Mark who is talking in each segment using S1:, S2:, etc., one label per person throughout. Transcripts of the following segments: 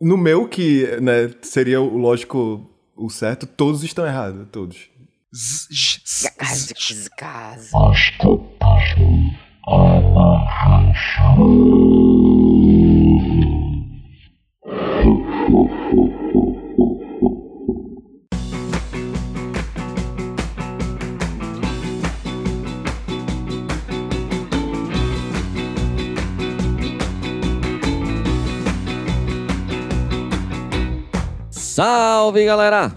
S1: No meu, que né, seria o lógico, o certo, todos estão errados, todos.
S2: Z- j- z- z- j-
S3: Salve, galera!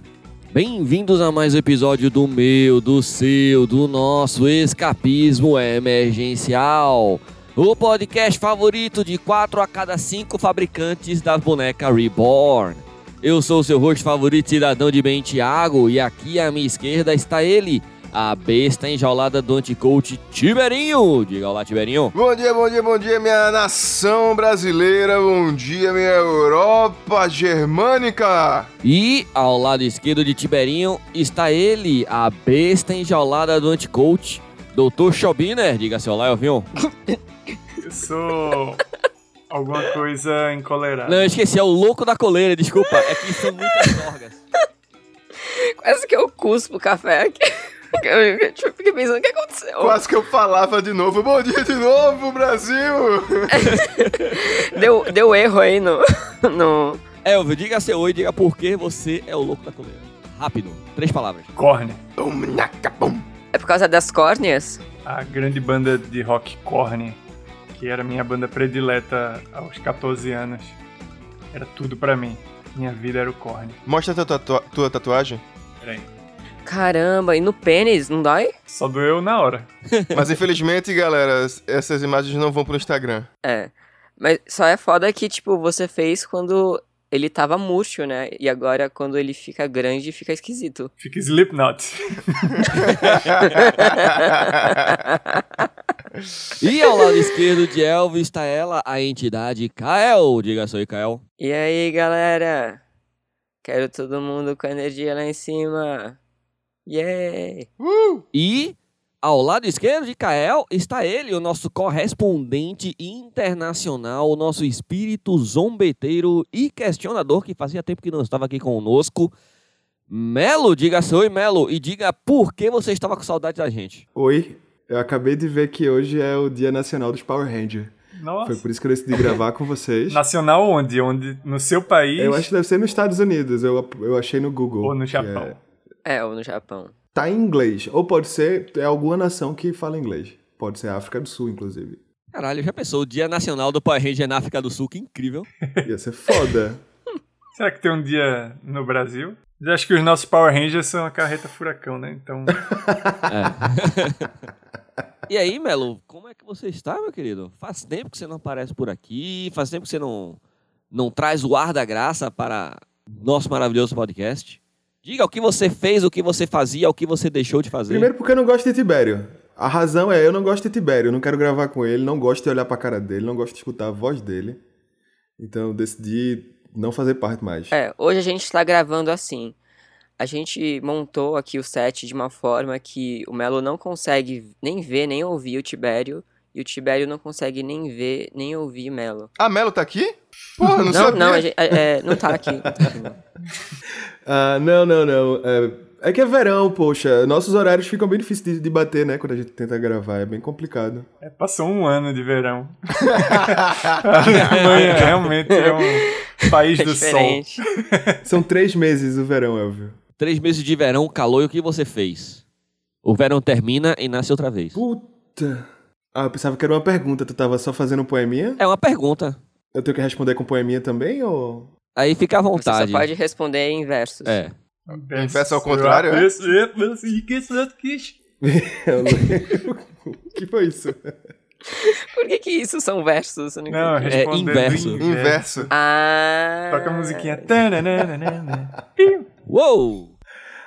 S3: Bem-vindos a mais um episódio do meu, do seu, do nosso Escapismo Emergencial. O podcast favorito de 4 a cada 5 fabricantes da boneca Reborn. Eu sou o seu host favorito, cidadão de bem, Thiago, e aqui à minha esquerda está ele, a besta enjaulada do anticoach Tiberinho. Diga olá, Tiberinho.
S4: Bom dia, bom dia, bom dia, minha nação brasileira, bom dia, minha Europa germânica.
S3: E ao lado esquerdo de Tiberinho está ele, a besta enjaulada do anticoach, Dr. Schobiner. Diga seu lá, Elvinho.
S5: Eu sou alguma coisa encolerada.
S3: Não, eu esqueci, é o louco da coleira, desculpa. É que são muitas orgas.
S6: É Quase que eu cuspo o café aqui. Eu tipo, fiquei pensando o que aconteceu.
S4: Quase que eu falava de novo. Bom dia de novo, Brasil.
S6: Deu, deu erro aí no, no.
S3: Elvio, diga seu oi, diga por que você é o louco da coleira. Rápido, três palavras.
S5: Korn,
S4: Bum, naca, bum.
S6: É por causa das córneas?
S5: a grande banda de rock Korn, que era minha banda predileta aos 14 anos. Era tudo pra mim. Minha vida era o Korn.
S4: Mostra tua, tatua- tua tatuagem.
S5: Peraí.
S6: Caramba, e no pênis, não dói?
S5: Só doeu na hora.
S4: Mas infelizmente, galera, essas imagens não vão pro Instagram.
S6: É. Mas só é foda que, tipo, você fez quando ele tava murcho, né? E agora quando ele fica grande, fica esquisito.
S5: Fica Slipknot.
S3: E ao lado esquerdo de Elvio está ela, a entidade Kael. Diga seu oi, Kael.
S6: E aí, galera? Quero todo mundo com a energia lá em cima. Yeah!
S3: E ao lado esquerdo de Kael está ele, o nosso correspondente internacional, o nosso espírito zombeteiro e questionador que fazia tempo que não estava aqui conosco. Melo, diga seu oi, Melo, e diga por que você estava com saudade da gente.
S1: Oi, eu acabei de ver que hoje é o Dia Nacional dos Power Rangers. Foi
S5: Nossa.
S1: por isso que eu decidi gravar com vocês.
S5: Nacional onde? Onde? No seu país?
S1: Eu acho que deve ser nos Estados Unidos, eu, eu achei no Google.
S5: Ou no
S1: que
S5: Japão?
S1: é-
S6: É, ou no Japão.
S1: tá em inglês, ou pode ser é alguma nação que fala inglês. Pode ser a África do Sul, inclusive.
S3: Caralho, já pensou, o Dia Nacional do Power Ranger na África do Sul, que incrível.
S1: Ia ser foda.
S5: Será que tem um dia no Brasil? Mas acho que os nossos Power Rangers são a carreta furacão, né? Então,
S3: É. E aí, Melo, como é que você está, meu querido? Faz tempo que você não aparece por aqui, faz tempo que você não, não traz o ar da graça para nosso maravilhoso podcast. Diga o que você fez, o que você fazia, o que você deixou de fazer.
S1: Primeiro porque eu não gosto de Tibério. A razão é eu não gosto de Tibério, eu não quero gravar com ele, não gosto de olhar pra cara dele, não gosto de escutar a voz dele. Então eu decidi não fazer parte mais.
S6: É, hoje a gente tá gravando assim. A gente montou aqui o set de uma forma que o Melo não consegue nem ver nem ouvir o Tibério. E o Tibério não consegue nem ver nem ouvir o Melo.
S4: A Melo tá aqui? Porra, não,
S6: Não,
S4: sabia.
S6: não, a gente- é, é, não tá aqui. não tá aqui, não.
S1: Ah, não, não, não. É, é que é verão, poxa. Nossos horários ficam bem difíceis de, de bater, né? Quando a gente tenta gravar, é bem complicado.
S5: é, passou um ano de verão. A Alemanha realmente é um país
S6: É
S5: do sol.
S6: diferente.
S1: São três meses o verão, Elvio.
S3: Três meses de verão, calor, e o que você fez? O verão termina e nasce outra vez.
S1: Puta. Ah, eu pensava que era uma pergunta. Tu tava só fazendo um poeminha?
S3: É uma pergunta.
S1: Eu tenho que responder com poeminha também, ou...
S3: Aí fica à
S6: Você só
S3: vontade.
S6: pode responder em versos.
S3: É.
S4: Inverso ao contrário, é?
S1: Eu não- o que foi isso?
S6: Por que que isso são versos? Eu não
S5: Não,
S6: entendi.
S3: É
S5: respondendo
S3: inverso.
S5: inverso.
S4: Inverso.
S6: Ah...
S5: Toca a musiquinha.
S3: Uou!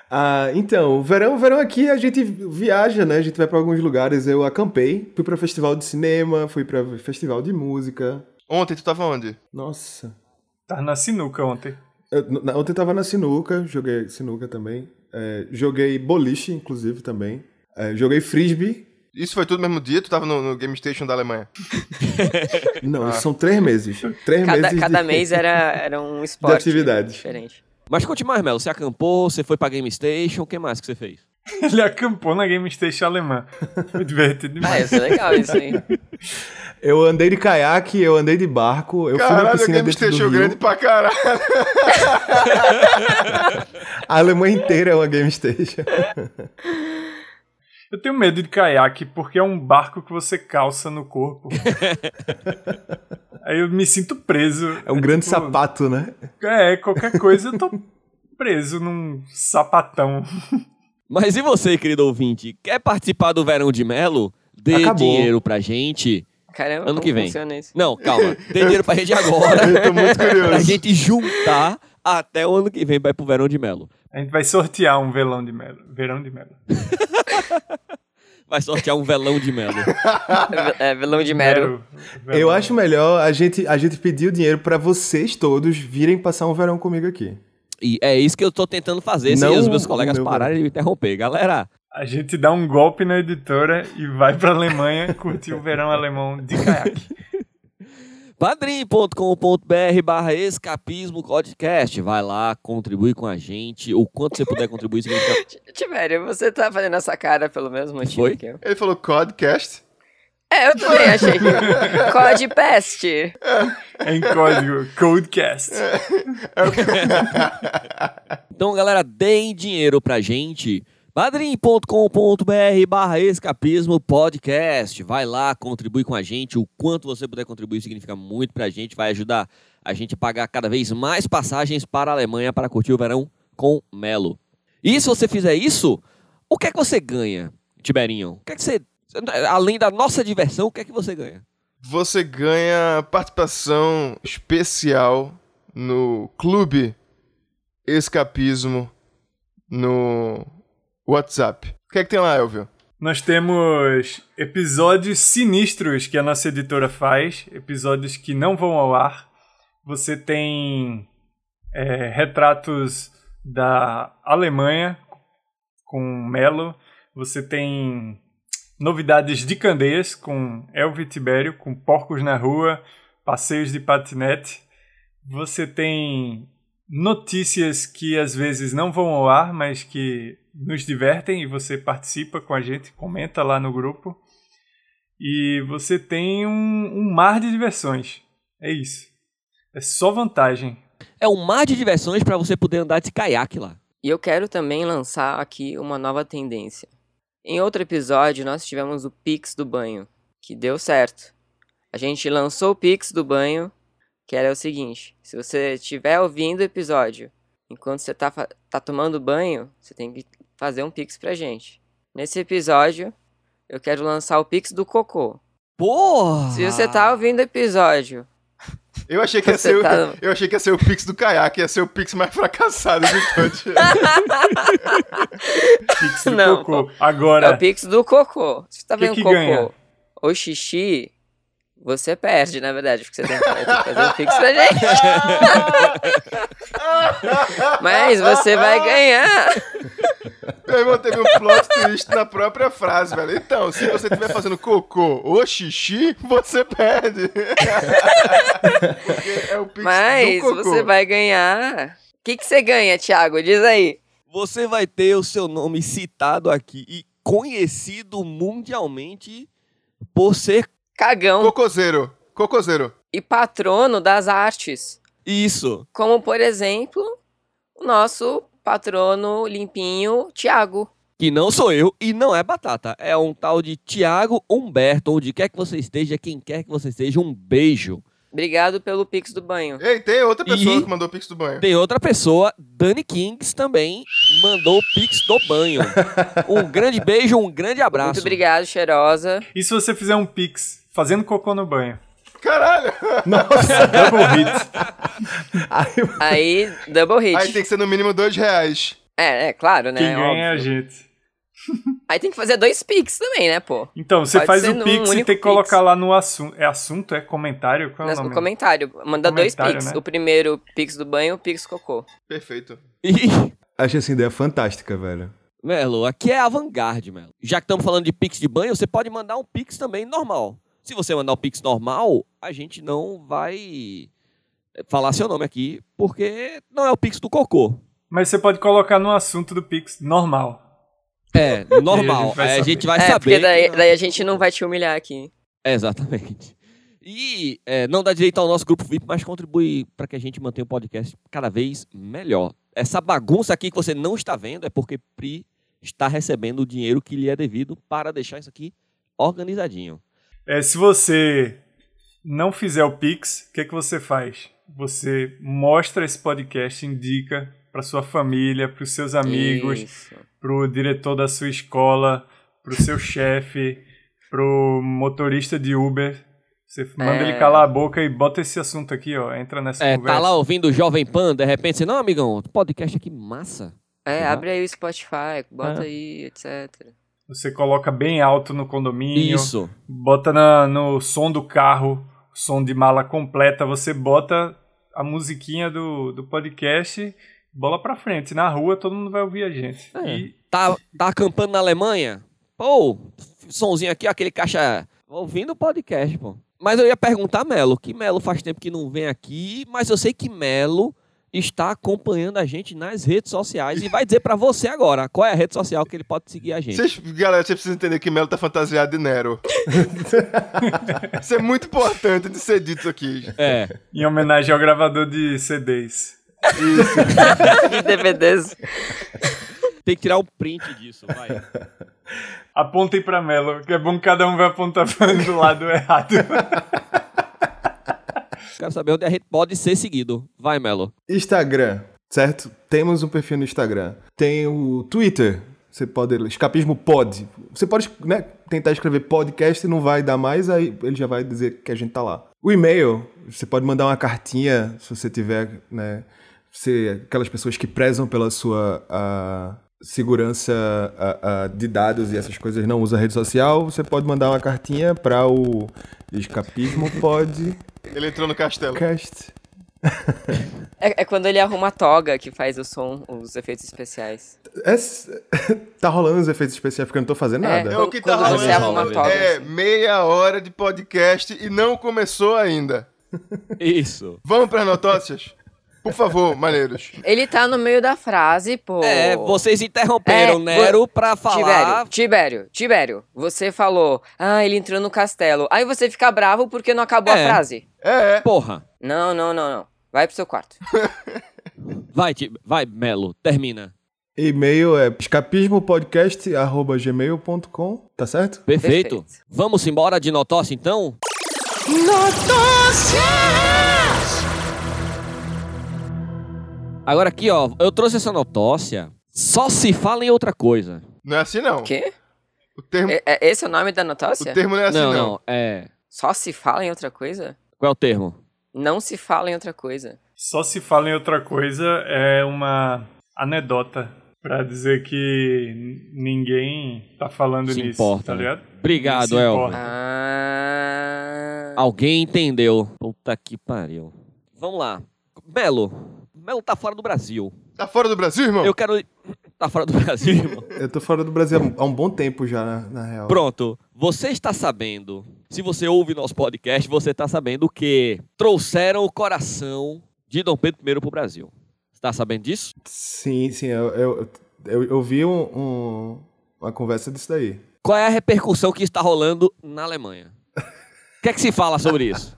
S1: Ah, então, verão, verão aqui a gente viaja, né? A gente vai pra alguns lugares. Eu acampei, fui pra festival de cinema, fui pra festival de música.
S4: Ontem tu tava onde?
S1: Nossa.
S5: Tava na sinuca ontem.
S1: Eu, n- na- ontem tava na sinuca, joguei sinuca também. É, joguei boliche, inclusive, também. É, joguei frisbee.
S4: Isso foi tudo no mesmo dia? Tu tava no, no Game Station da Alemanha?
S1: Não, isso são três meses. Três
S6: Cada,
S1: meses
S6: cada
S1: de...
S6: mês era, era um esporte.
S1: atividades.
S6: Diferente.
S3: Mas conte mais, Melo. Você acampou, você foi pra Game Station, o que mais que você fez?
S5: Ele acampou na Game Station alemã. Foi divertido
S6: Ah,
S5: demais.
S6: isso é legal, isso aí.
S1: Eu andei de caiaque, eu andei de barco, eu fui na
S4: Caralho, o
S1: piscina
S4: Game
S1: dentro do
S4: Station é
S1: rio.
S4: grande pra caralho.
S1: A Alemanha inteira é uma Game Station.
S5: Eu tenho medo de caiaque porque é um barco que você calça no corpo. Aí eu me sinto preso.
S1: É um
S4: Hum.
S1: grande
S5: tipo,
S1: sapato, né?
S5: É, qualquer coisa eu tô preso num sapatão.
S3: Mas e você, querido ouvinte? Quer participar do Verão de Melo? Dê
S1: Acabou.
S3: dinheiro pra gente.
S6: Caramba,
S3: Ano
S6: como
S3: que vem.
S6: funciona isso?
S3: Não, calma. Dê dinheiro pra gente agora.
S4: Eu tô muito
S3: pra
S4: curioso.
S3: gente juntar até o ano que vem pra ir pro Verão de Melo.
S5: A gente vai sortear um velão de melo. Verão de melo.
S3: Vai sortear um velão de Melo.
S6: É, velão de mero.
S5: Velão.
S1: Eu acho melhor a gente, a gente pedir o dinheiro pra vocês todos virem passar um verão comigo aqui.
S3: E é isso que eu tô tentando fazer, se
S1: Não
S3: os meus
S1: o
S3: colegas
S1: meu
S3: pararem de me interromper. Galera,
S5: A gente dá um golpe na editora e vai pra Alemanha curtir o verão alemão de caiaque.
S3: padrim.com.br barra escapismo podcast. Vai lá, contribui com a gente. O quanto você puder contribuir, significa...
S6: T- Tibério, você tá fazendo essa cara pelo mesmo motivo
S3: Foi?
S6: que eu.
S4: Ele falou podcast.
S6: É, eu também achei. Code peste.
S5: É Em código CODECAST.
S3: Então, galera, deem dinheiro pra gente. padrim.com.br barra escapismo podcast. Vai lá, contribui com a gente. O quanto você puder contribuir significa muito pra gente. Vai ajudar a gente a pagar cada vez mais passagens para a Alemanha para curtir o verão com Melo. E se você fizer isso, o que é que você ganha, Tiberinho? O que é que você... Além da nossa diversão, o que é que você ganha?
S4: Você ganha participação especial no Clube Escapismo no WhatsApp. O que é que tem lá, Elvio?
S5: Nós temos episódios sinistros que a nossa editora faz, episódios que não vão ao ar. Você tem é, retratos da Alemanha com Melo. Você tem novidades de Candeias com Elvio e Tibério, com Porcos na Rua, passeios de patinete. Você tem notícias que às vezes não vão ao ar, mas que nos divertem e você participa com a gente, comenta lá no grupo. E você tem um, um mar de diversões. É isso. É só vantagem.
S3: É um mar de diversões para você poder andar de caiaque lá.
S6: E eu quero também lançar aqui uma nova tendência. Em outro episódio, nós tivemos o Pix do banho, que deu certo. A gente lançou o Pix do banho, que era o seguinte: se você estiver ouvindo o episódio, enquanto você tá, fa- tá tomando banho, você tem que fazer um Pix pra gente. Nesse episódio, eu quero lançar o Pix do cocô.
S3: Porra!
S6: Se você tá
S3: Ah.
S6: ouvindo o episódio,
S4: Eu achei que ia
S6: Você
S4: ser, o-
S6: tá-
S4: eu achei que ia ser o Pix do caiaque, ia ser o Pix mais fracassado de todos.
S5: Pix do
S6: Não,
S5: cocô.
S6: é
S5: Agora,
S6: o Pix do cocô. Se você tá
S5: Que
S6: vendo
S5: que
S6: cocô
S5: ganha?
S6: ou xixi, você perde, na verdade, porque você tem que tem que fazer um Pix pra gente. Mas você vai ganhar.
S4: Meu irmão teve um plot twist na própria frase, velho. Então, se você estiver fazendo cocô ou xixi, você perde. Porque é o Pix do
S6: Mas
S4: cocô.
S6: você vai ganhar. O que, que você ganha, Thiago? Diz aí.
S3: Você vai ter o seu nome citado aqui e conhecido mundialmente por ser
S6: Cagão
S4: Cocozeiro. Cocozeiro.
S6: e patrono das artes.
S3: isso.
S6: Como, por exemplo, o nosso patrono limpinho, Thiago.
S3: Que não sou eu e não é batata. É um tal de Tiago Humberto, onde quer que você esteja, quem quer que você esteja, um beijo.
S6: Obrigado pelo Pix do banho.
S4: Ei, tem outra pessoa
S3: Ih.
S4: que mandou o Pix do banho.
S3: Tem outra pessoa, Dani Kings, também mandou o Pix do banho. Um grande beijo, um grande abraço.
S6: Muito obrigado, cheirosa.
S5: e se você fizer um Pix fazendo cocô no banho?
S4: Caralho!
S1: Nossa!
S5: Double hit.
S1: Aí
S6: Aí, double hit.
S4: Aí tem que ser no mínimo dois reais.
S6: É, é claro, né?
S5: Quem ganha é a
S6: Óbvio.
S5: gente.
S6: Aí tem que fazer dois pix também, né, pô?
S5: Então, você
S6: Pode
S5: faz
S6: ser
S5: o
S6: num
S5: Pix e
S6: único
S5: tem que
S6: Pix.
S5: colocar lá no assunto. É assunto? É comentário? Qual é o
S6: Mas no
S5: nome?
S6: comentário. Manda dois
S5: Comentário,
S6: pix.
S5: né?
S6: O primeiro pix do banho, o pix cocô.
S4: Perfeito.
S3: E
S1: Achei essa ideia fantástica, velho.
S3: Melo, aqui é a vanguarda, Melo. Já que estamos falando de pix de banho, você pode mandar um pix também normal. Se você mandar um pix normal, a gente não vai eh, falar seu nome aqui, porque não é o pix do cocô.
S5: Mas você pode colocar no assunto do Pix normal.
S3: É, normal.
S5: vai
S3: É, a gente vai
S6: é,
S3: saber.
S6: porque daí,
S3: que-
S6: daí a gente não vai te humilhar aqui.
S3: É, exatamente. E é, não dá direito ao nosso grupo VIP, mas contribui para que a gente mantenha o podcast cada vez melhor. Essa bagunça aqui que você não está vendo é porque Pri está recebendo o dinheiro que lhe é devido para deixar isso aqui organizadinho.
S5: É, se você não fizer o Pix, o que, que você faz? Você mostra esse podcast, indica para sua família, para os seus amigos,
S6: Isso.
S5: para o diretor da sua escola, para o seu chefe, para o motorista de Uber. Você manda ele calar a boca e bota esse assunto aqui, ó. Entra nessa
S3: É, tá
S5: conversa.
S3: lá ouvindo o Jovem Pan, de repente você, não, amigão, o podcast aqui massa.
S6: É,
S3: Tá.
S6: abre aí o Spotify, bota
S5: Ah.
S3: É.
S6: aí, etc.
S5: Você coloca bem alto no condomínio.
S3: Isso.
S5: bota na- no som do carro, som de mala completa, você bota a musiquinha do, do podcast, bola pra frente. Na rua todo mundo vai ouvir a gente.
S3: É.
S5: E
S3: Tá, tá acampando na Alemanha? Pô, sonzinho aqui, ó, aquele caixa. Ouvindo o podcast, pô. Mas eu ia perguntar, Melo, que Melo faz tempo que não vem aqui, mas eu sei que Melo está acompanhando a gente nas redes sociais e vai dizer pra você agora qual é a rede social que ele pode seguir a gente.
S4: Vocês, galera, vocês precisam entender que Melo tá fantasiado de Nero. Isso é muito importante de ser dito aqui.
S3: É,
S5: em homenagem ao gravador de CDs.
S6: E DVDs.
S3: tem que tirar um print disso, vai.
S5: Apontem pra Melo, que é bom que cada um vai apontar do lado errado.
S3: Quero saber onde a gente pode ser seguido. Vai, Melo.
S1: Instagram, certo? Temos um perfil no Instagram. Tem o Twitter. Você pode. Escapismo pode. Você pode né, tentar escrever podcast e não vai dar mais, aí ele já vai dizer que a gente tá lá. O e-mail, você pode mandar uma cartinha se você tiver, né? Você, aquelas pessoas que prezam pela sua ah, segurança ah, ah, de dados e essas coisas, não usa rede social, você pode mandar uma cartinha para o escapismo podcast.
S4: Ele entrou no castelo.
S6: É, é quando ele arruma a toga que faz o som, os efeitos especiais.
S1: É s- tá rolando os efeitos especiais porque eu não tô fazendo
S6: É.
S1: nada.
S4: É, o que tá
S6: Quando
S3: você assim. arruma
S4: rolando
S3: a
S4: é
S6: toga.
S4: meia hora de podcast e não começou ainda.
S3: Isso.
S4: Vamos pras notócias? Por favor, maneiros.
S6: Ele tá no meio da frase, pô.
S3: É, vocês interromperam
S6: É,
S3: Nero pra falar.
S6: Tibério, Tibério, Tibério, você falou, ah, ele entrou no castelo. Aí você fica bravo porque não acabou
S3: É.
S6: a frase.
S4: É, é.
S3: Porra.
S6: Não, não, não, não. Vai pro seu quarto.
S3: Vai, Ti- vai, Melo, termina.
S1: E-mail é escapismopodcast.gmail.com, tá certo?
S3: Perfeito.
S6: Perfeito.
S3: Vamos embora de notócia, então? Notócia! Agora aqui, ó, eu trouxe essa notócia. Só se fala em outra coisa.
S4: Não é assim não.
S6: O quê?
S4: O termo,
S6: É- é- esse é o nome da
S4: o
S6: notócia?
S4: termo não é assim
S3: não,
S4: não.
S3: não, é.
S6: Só se fala em outra coisa?
S3: Qual é o termo?
S6: Não se fala em outra coisa.
S5: Só se fala em outra coisa é uma anedota pra dizer que n- ninguém tá falando
S3: Se
S5: nisso,
S3: importa,
S5: tá
S3: né?
S5: ligado?
S3: Obrigado,
S5: Se
S3: Elvio.
S5: importa.
S6: Ah.
S3: Alguém entendeu. Puta que pariu. Vamos lá. Melo. Melo tá fora do Brasil.
S4: Tá fora do Brasil, irmão?
S3: Eu quero. Tá fora do Brasil, irmão?
S1: Eu tô fora do Brasil há um bom tempo já, na, na real.
S3: Pronto, você está sabendo. Se você ouve nosso podcast, você está sabendo que trouxeram o coração de Dom Pedro I para o Brasil. Está sabendo disso?
S1: Sim, sim, eu, eu, eu, eu vi um- um- uma conversa disso daí.
S3: Qual é a repercussão que está rolando na Alemanha? O que é que se fala sobre isso?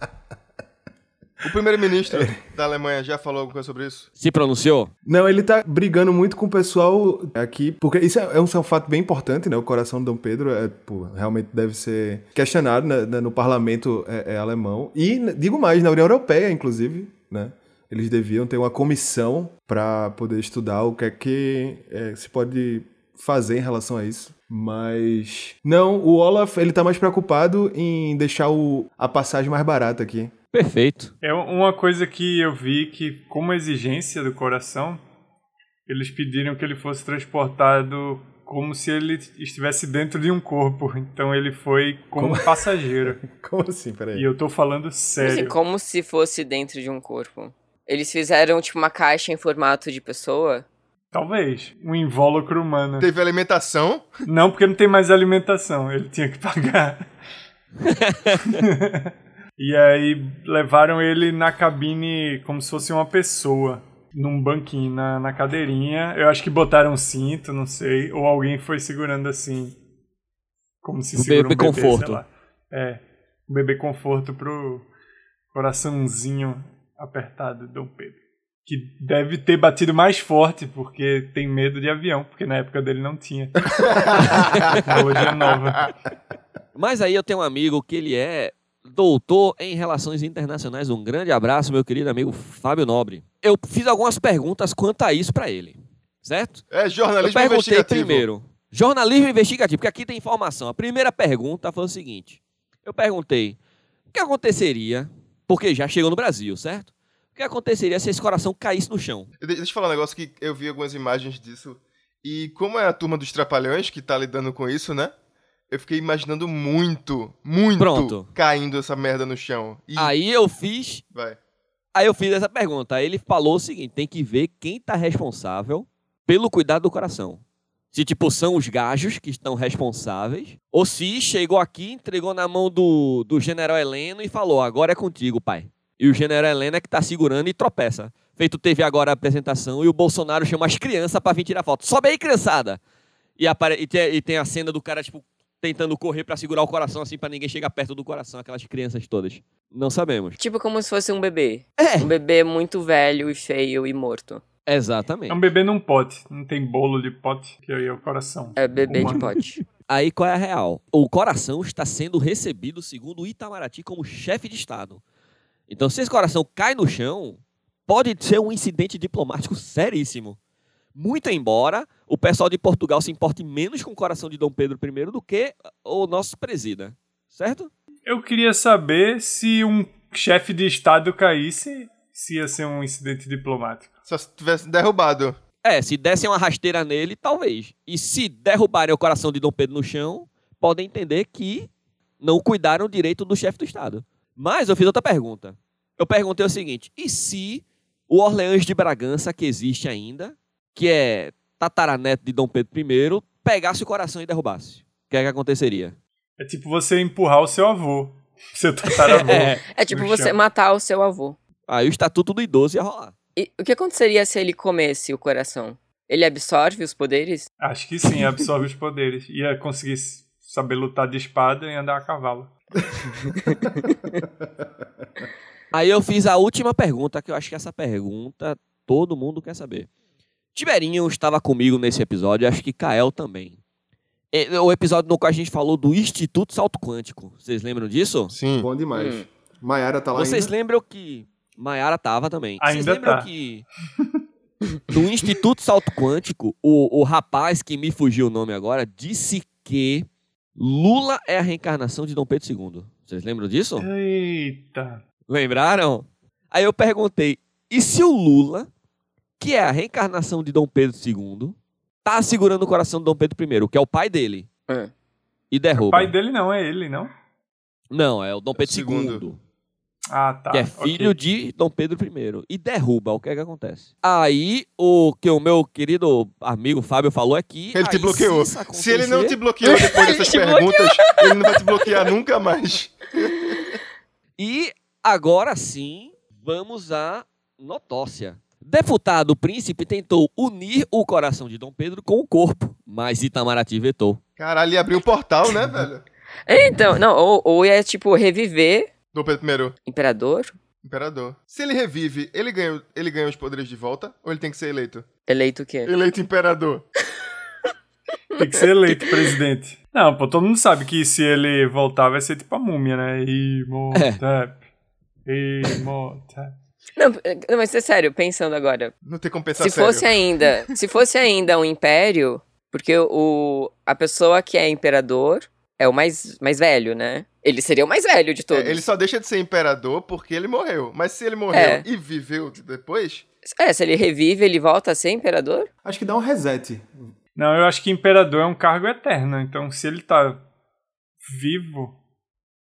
S4: O primeiro-ministro da Alemanha já falou alguma coisa sobre isso?
S3: Se pronunciou?
S1: Não, ele tá brigando muito com o pessoal aqui, porque isso é, é um, é um fato bem importante, né? O coração de Dom Pedro é, pô, realmente deve ser questionado né, né, no parlamento é, é, alemão. E, n- digo mais, na União Europeia, inclusive, né? Eles deviam ter uma comissão para poder estudar o que é que é, se pode fazer em relação a isso. Mas. Não, o Olaf, ele tá mais preocupado em deixar o, a passagem mais barata aqui.
S3: Perfeito.
S5: É uma coisa que eu vi que, como exigência do coração, eles pediram que ele fosse transportado como se ele estivesse dentro de um corpo. Então ele foi como, um passageiro.
S1: Como assim? Peraí.
S5: E eu tô falando
S6: Assim,
S5: sério.
S6: como se fosse dentro de um corpo. Eles fizeram, tipo, uma caixa em formato de pessoa.
S5: Talvez. Um invólucro humano.
S4: Teve alimentação.
S5: Não, porque não tem mais alimentação. Ele tinha que pagar. e aí levaram ele na cabine como se fosse uma pessoa. Num banquinho, na, na cadeirinha. Eu acho que botaram um cinto, não sei. Ou alguém foi segurando assim. Como se
S3: Um
S5: segura um
S3: bebê
S5: bebê,
S3: conforto.
S5: sei lá. É. Um bebê conforto pro coraçãozinho apertado de Dom Pedro. Que deve ter batido mais forte, porque tem medo de avião, porque na época dele não tinha. Tecnologia é nova.
S3: Mas aí eu tenho um amigo que ele é doutor em relações internacionais. Um grande abraço, meu querido amigo Fábio Nobre. Eu fiz algumas perguntas quanto a isso pra ele, certo?
S4: É
S3: Eu
S4: jornalismo
S3: perguntei
S4: investigativo.
S3: primeiro. Jornalismo investigativo, porque aqui tem informação. A primeira pergunta foi o seguinte: eu perguntei o que aconteceria, porque já chegou no Brasil, certo? O que aconteceria se esse coração caísse no chão?
S4: De- Deixa eu falar um negócio que eu vi algumas imagens disso. E como é a turma dos trapalhões que tá lidando com isso, né? Eu fiquei imaginando muito, muito
S3: Pronto.
S4: caindo essa merda no chão. E
S3: Aí eu fiz
S4: vai.
S3: Aí eu fiz essa pergunta. Aí ele falou o seguinte: tem que ver quem tá responsável pelo cuidado do coração. Se, tipo, são os gajos que estão responsáveis, ou se chegou aqui, entregou na mão do, do general Heleno e falou: agora é contigo, pai. E o general Heleno é que tá segurando e tropeça. Feito teve agora a apresentação e o Bolsonaro chama as crianças pra vir tirar foto. Sobe aí, criançada! E, apare- e tem, e tem a cena do cara, tipo, tentando correr pra segurar o coração, assim, pra ninguém chegar perto do coração, aquelas crianças todas. Não sabemos.
S6: Tipo como se fosse um bebê.
S3: É,
S6: Um bebê muito velho e feio e morto.
S3: Exatamente.
S5: É um bebê num pote. Não tem bolo de pote, que aí é o coração.
S6: É bebê de
S5: Humano.
S6: pote.
S3: Aí qual é a real? O coração está sendo recebido, segundo o Itamaraty, como chefe de Estado. Então, se esse coração cai no chão, pode ser um incidente diplomático seríssimo. Muito embora o pessoal de Portugal se importe menos com o coração de Dom Pedro I do que o nosso presida. Certo?
S5: Eu queria saber se um chefe de Estado caísse, se ia ser um incidente diplomático.
S4: Só se tivesse derrubado.
S3: É, se dessem uma rasteira nele, talvez. E se derrubarem o coração de Dom Pedro no chão, podem entender que não cuidaram direito do chefe do Estado. Mas eu fiz outra pergunta. Eu perguntei o seguinte: e se o Orleans de Bragança, que existe ainda, que é tataraneto de Dom Pedro I, pegasse o coração e derrubasse? O que é que aconteceria?
S5: É tipo você empurrar o seu avô, seu tataravô.
S3: É.
S6: É tipo
S5: No
S6: você
S5: chão.
S6: matar o seu avô.
S3: Aí o Estatuto do Idoso ia rolar.
S6: E o que aconteceria se ele comesse o coração? Ele absorve os poderes?
S5: Acho que sim, absorve os poderes. Ia conseguir s- saber lutar de espada e andar a cavalo.
S3: Aí eu fiz a última pergunta, que eu acho que essa pergunta todo mundo quer saber. Tiberinho estava comigo nesse episódio, acho que Kael também. É, O episódio no qual a gente falou do Instituto Salto Quântico. Vocês lembram disso?
S4: Sim.
S1: Bom demais.
S6: Hum.
S1: Maiara tá lá
S3: Vocês
S1: ainda.
S3: lembram que. Maiara tava também. Vocês
S5: Ainda
S3: lembram
S5: tá.
S3: que. No Instituto Salto Quântico, o, o rapaz que me fugiu o nome agora disse que Lula é a reencarnação de Dom Pedro II. Vocês lembram
S5: É.
S3: disso?
S5: Eita.
S3: Lembraram? Aí eu perguntei: e se o Lula, que é a reencarnação de Dom Pedro II, tá segurando o coração de Dom Pedro I, que é o pai dele,
S6: É.
S3: e derruba?
S5: O pai dele não, é ele, não?
S3: Não, é o Dom Pedro
S4: Segundo.
S3: II,
S5: Ah, tá.
S3: que é
S5: ok.
S3: filho de Dom Pedro I, e derruba. O que é que acontece? Aí, o que o meu querido amigo Fábio falou é que.
S4: Ele te
S3: aí,
S4: bloqueou.
S3: se isso
S4: Se ele não te
S3: acontecer-
S4: bloqueou depois
S6: Ele
S4: dessas
S6: te
S4: perguntas, ele não vai te bloquear nunca mais.
S3: E agora sim, vamos à notócia. Deputado príncipe tentou unir o coração de Dom Pedro com o corpo, mas Itamaraty vetou.
S4: Caralho, ele abriu um portal, né, velho?
S6: Então, não, ou, ou é tipo reviver
S4: Dom Pedro I,
S6: imperador
S4: imperador. Se ele revive, ele ganha, ele ganha os poderes de volta ou ele tem que ser eleito?
S6: eleito o quê?
S4: Eleito imperador.
S5: Tem que ser eleito presidente. Não, pô, todo mundo sabe que se ele voltar vai ser tipo a múmia, né? Imhotep. Imhotep.
S6: Não, não, mas é sério, pensando agora.
S4: Não tem como pensar
S6: Se
S4: sério. É,
S6: fosse é ainda, se fosse ainda um império, porque o a pessoa que é imperador é o mais mais velho, né? Ele seria o mais velho de
S4: É,
S6: todos.
S4: ele só deixa de ser imperador porque ele morreu. Mas se ele morreu
S6: É.
S4: e viveu depois,
S6: É, se ele revive, ele volta a ser imperador?
S1: Acho que dá um reset.
S5: Não, eu acho que imperador é um cargo eterno. Então, se ele tá vivo,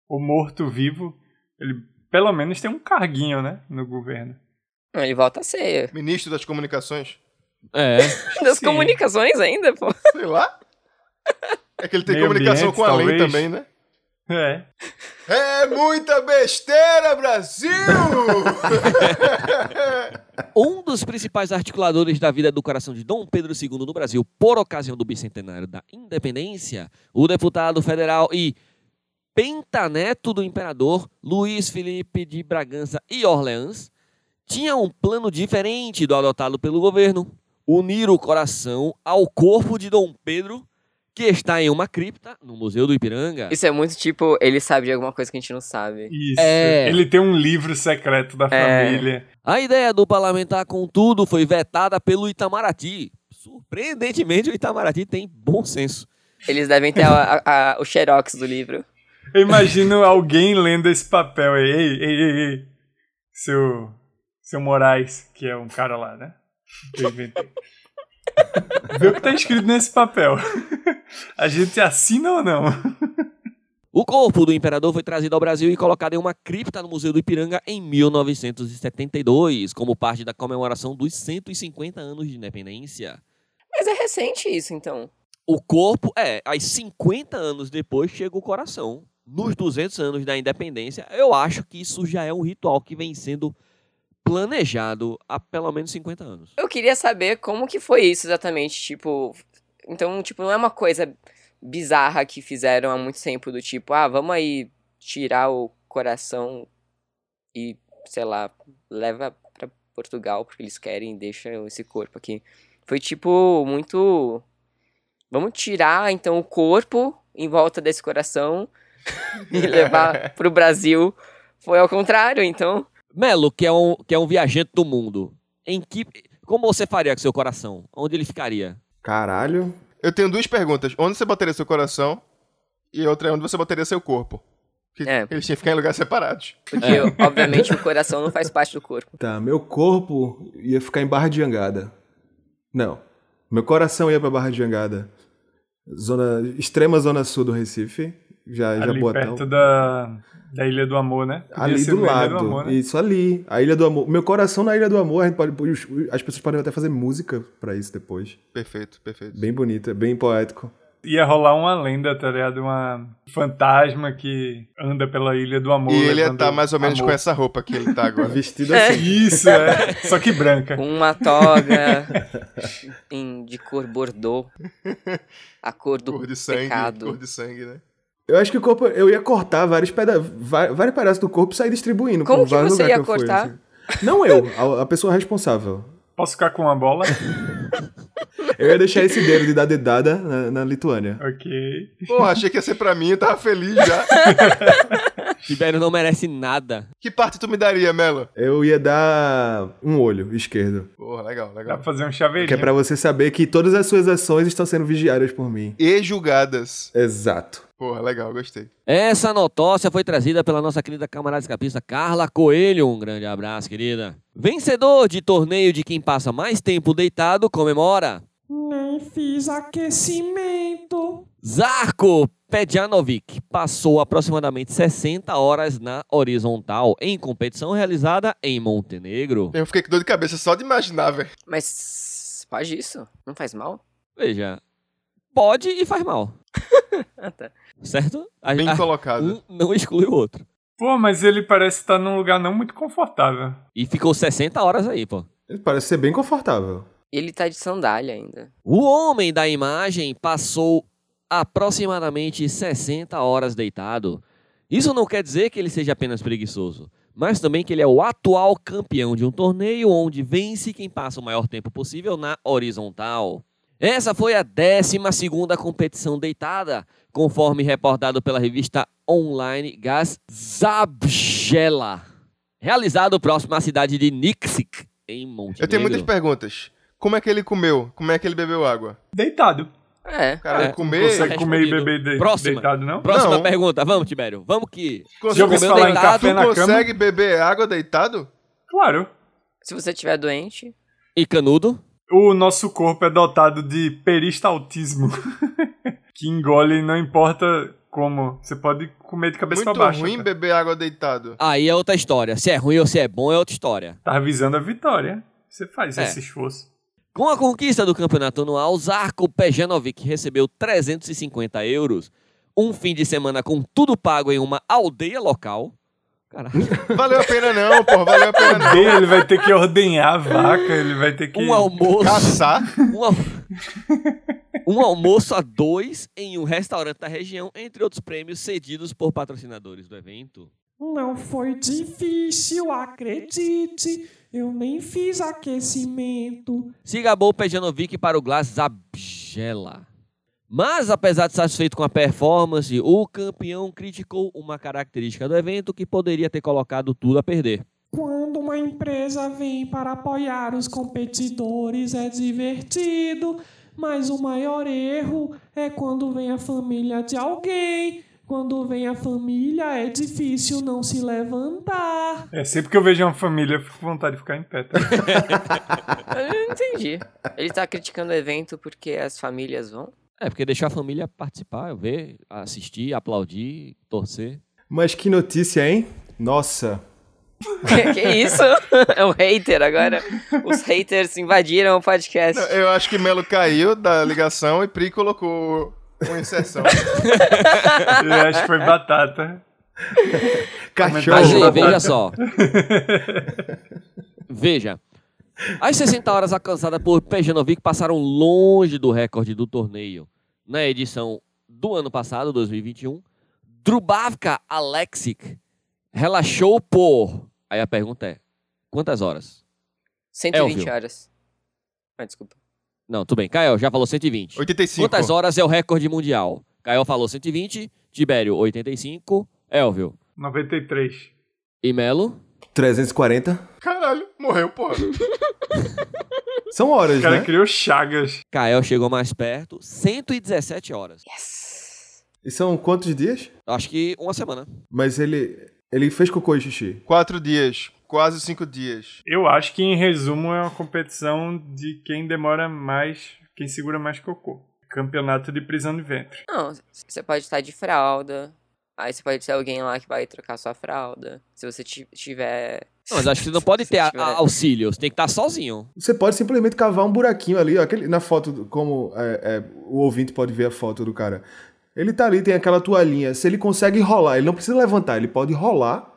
S5: ou morto vivo, ele pelo menos tem um carguinho, né? No governo.
S6: Não, ele volta a ser.
S4: ministro das comunicações.
S3: É.
S6: Das
S5: Sim.
S6: comunicações ainda, pô.
S4: Sei lá. É que ele tem
S5: Meio
S4: comunicação
S5: ambiente,
S4: com a lei
S5: talvez.
S4: também, né?
S5: É.
S4: É muita besteira, Brasil!
S3: Um dos principais articuladores da vida do coração de Dom Pedro II no Brasil por ocasião do bicentenário da independência, o deputado federal e pentaneto do imperador Luiz Felipe de Bragança e Orleans, tinha um plano diferente do adotado pelo governo: unir o coração ao corpo de Dom Pedro, que está em uma cripta no Museu do Ipiranga.
S6: Isso é muito tipo, ele sabe de alguma coisa que a gente não sabe.
S5: Isso.
S3: É.
S5: Ele tem um livro secreto da
S6: É.
S5: família.
S3: A ideia do parlamentar, contudo, foi vetada pelo Itamaraty. Surpreendentemente, o Itamaraty tem bom senso.
S6: Eles devem ter a- a- a- o xerox do livro.
S5: Eu imagino alguém lendo esse papel aí. Ei, ei, ei, ei. Seu, seu Moraes, que é um cara lá, né? Que eu inventei. Vê o que tá escrito nesse papel. A gente assina ou não?
S3: O corpo do imperador foi trazido ao Brasil e colocado em uma cripta no Museu do Ipiranga em 1972, como parte da comemoração dos 150 anos de independência.
S6: Mas é recente isso, então.
S3: O corpo, é, aí 50 anos depois chega o coração. Nos 200 anos da independência, eu acho que isso já é um ritual que vem sendo planejado há pelo menos 50 anos.
S6: Eu queria saber como que foi isso exatamente, tipo... Então, tipo, não é uma coisa bizarra que fizeram há muito tempo do tipo, ah, vamos aí tirar o coração e, sei lá, leva pra Portugal porque eles querem, deixa esse corpo aqui. Foi tipo muito vamos tirar então o corpo em volta desse coração e levar pro Brasil. Foi ao contrário, então.
S3: Melo, que é um, que é um viajante do mundo, em que como você faria com seu coração? Onde ele ficaria?
S1: Caralho.
S4: Eu tenho duas perguntas. Onde você bateria seu coração? E outra é onde você bateria seu corpo? Que
S6: É.
S4: Eles tinham que ficar em lugares separados.
S6: Porque, obviamente, o coração não faz parte do corpo.
S1: Tá, meu corpo ia ficar em Barra de Jangada. Não. Meu coração ia pra Barra de Jangada. Zona, extrema zona sul do Recife. Já, já
S5: Ali
S1: Boatão.
S5: perto da, da Ilha do Amor, né? Podia
S1: Ali
S5: ser
S1: do
S5: na Ilha
S1: lado.
S5: Amor, né?
S1: Isso ali. A Ilha do Amor. Meu coração na Ilha do Amor. a gente pode- os- as pessoas podem até fazer música pra isso depois.
S4: Perfeito, perfeito.
S1: Bem bonita, bem poético.
S5: Ia rolar uma lenda, tá ligado? Uma fantasma que anda pela Ilha do Amor.
S4: E ele ia
S5: levando
S4: tá mais ou menos
S5: amor.
S4: com essa roupa que ele tá agora.
S1: Vestido assim.
S5: Isso, é. Só que branca.
S6: Com uma toga em- de cor bordô. A cor do
S4: cor de sangue,
S6: pecado.
S4: cor de sangue, né?
S1: Eu acho que o corpo. Eu ia cortar vários, peda va- vários pedaços do corpo e sair distribuindo.
S6: Como
S1: por
S6: que
S1: vários
S6: você
S1: lugares
S6: ia
S1: que eu fui,
S6: cortar?
S1: assim. Não eu, a, a pessoa responsável.
S5: Posso ficar com uma bola?
S1: Eu ia deixar esse dedo de dar dedada na, na Lituânia.
S5: ok.
S4: Porra, achei que ia ser pra mim, eu tava feliz já.
S3: Tibério não merece nada.
S4: que parte tu me daria, Melo?
S1: Eu ia dar um olho esquerdo.
S4: Porra, legal,
S5: Dá
S4: legal.
S5: pra fazer um
S1: Que é
S5: chaveirinho.
S1: pra você saber que todas as suas ações estão sendo vigiadas por mim.
S4: E julgadas.
S1: Exato.
S4: Porra, legal, gostei.
S3: Essa notócia foi trazida pela nossa querida camarada escapista Carla Coelho. Um grande abraço, querida. Vencedor de torneio de quem passa mais tempo deitado comemora. Nem fiz aquecimento. Zarko Pedjanovic passou aproximadamente 60 horas na horizontal em competição realizada em Montenegro.
S4: Eu fiquei com dor de cabeça só de imaginar, velho.
S6: Mas faz isso? Não faz mal?
S3: Veja, pode e faz mal,
S6: Ah, tá.
S3: certo? A-
S4: Bem
S3: a-
S4: colocado.
S3: um não exclui o outro.
S5: Pô, mas ele parece estar num lugar não muito confortável.
S3: E ficou 60 horas aí, pô.
S1: Parece ser bem confortável.
S6: Ele tá de sandália ainda.
S3: O homem da imagem passou aproximadamente 60 horas deitado. Isso não quer dizer que ele seja apenas preguiçoso, mas também que ele é o atual campeão de um torneio onde vence quem passa o maior tempo possível na horizontal. Essa foi a 12 competição deitada, conforme reportado pela revista online Gazabjela, realizado próximo à cidade de Niksik, em Montenegro.
S4: Eu tenho muitas perguntas. Como é que ele comeu? Como é que ele bebeu água?
S5: Deitado.
S6: É.
S4: Cara,
S3: É,
S4: comer.
S5: Consegue comer e
S3: respondido.
S5: beber de-
S3: Próxima.
S5: deitado, não?
S3: Próxima
S4: Não.
S3: pergunta, vamos, Tibério. Vamos que.
S5: Já ouviu
S4: Consegue,
S3: comeu
S5: falar em
S3: deitado,
S5: café na
S4: tu
S5: cama?
S4: consegue beber água deitado?
S5: Claro.
S6: Se você estiver doente,
S3: E Canudo?
S5: O nosso corpo é dotado de peristaltismo. que engole, não importa como. Você pode comer de cabeça
S4: Muito
S5: pra baixo. né?
S4: ruim
S5: cara.
S4: beber água deitado.
S3: Aí é outra história. Se é ruim ou se é bom é outra história.
S5: Tá visando a vitória. Você faz
S3: É.
S5: esse esforço.
S3: Com a conquista do campeonato anual, Zarko Pejanovic recebeu 350 euros, um fim de semana com tudo pago em uma aldeia local. Caraca.
S4: Valeu a pena não, porra. Valeu a pena não.
S5: Ele vai ter que ordenhar a vaca, ele vai ter que.
S3: Um almoço.
S4: Caçar.
S3: um, al- um almoço a dois em um restaurante da região, entre outros prêmios cedidos por patrocinadores do evento.
S7: Não foi difícil, acredite. Eu nem fiz aquecimento.
S3: Sigabou Pejanovic para o Glass Zabgela. Mas, apesar de satisfeito com a performance, o campeão criticou uma característica do evento que poderia ter colocado tudo a perder.
S7: Quando uma empresa vem para apoiar os competidores é divertido, mas o maior erro é quando vem a família de alguém. Quando vem a família é difícil não se levantar.
S5: É sempre que eu vejo uma família, eu fico com vontade de ficar em pé. tá?
S6: Eu não entendi. Ele tá criticando o evento porque as famílias vão?
S3: É, porque deixar a família participar, ver, assistir, aplaudir, torcer.
S1: Mas que notícia, hein? Nossa.
S6: Que, que isso? É um hater agora. Os haters invadiram o podcast.
S4: Não, é- Eu acho que Melo caiu da ligação e Pri colocou uma inserção.
S5: Eu acho que foi batata.
S1: Cachorro.
S3: Mas
S5: Show.
S3: aí, veja só. veja. As 60 horas alcançadas por Pejanovic passaram longe do recorde do torneio. Na edição do ano passado, 2021, Drubavka Alexic relaxou por. Aí a pergunta é: quantas horas?
S6: 120
S3: Elvio.
S6: horas. Ah, desculpa.
S3: Não, tudo bem. Caio já falou 120.
S4: 85.
S3: Quantas horas é o recorde mundial? Caio falou 120, Tibério 85, Elvio
S5: 93.
S3: e Melo.
S1: 340.
S4: Caralho, morreu, porra.
S1: São horas,
S5: O cara
S1: né?
S5: criou Chagas.
S3: Caio chegou mais perto, 117 horas.
S6: Yes!
S1: E são quantos dias?
S3: Acho que uma semana.
S1: Mas ele. Ele fez cocô e xixi.
S4: Quatro dias. Quase cinco dias.
S5: Eu acho que, em resumo, é uma competição de quem demora mais, quem segura mais cocô. Campeonato de prisão de ventre.
S6: Não, c- você pode estar de fralda. Aí você pode ter alguém lá que vai trocar sua fralda. Se você ti- tiver.
S3: Não, mas acho que você não pode
S6: Se
S3: ter a-
S6: tiver-
S3: a- auxílio, você tem que estar sozinho.
S1: Você pode simplesmente cavar um buraquinho ali, ó, aquele, na foto, do- como é, é, o ouvinte pode ver a foto do cara. Ele tá ali, tem aquela toalhinha. Se ele consegue rolar, ele não precisa levantar, ele pode rolar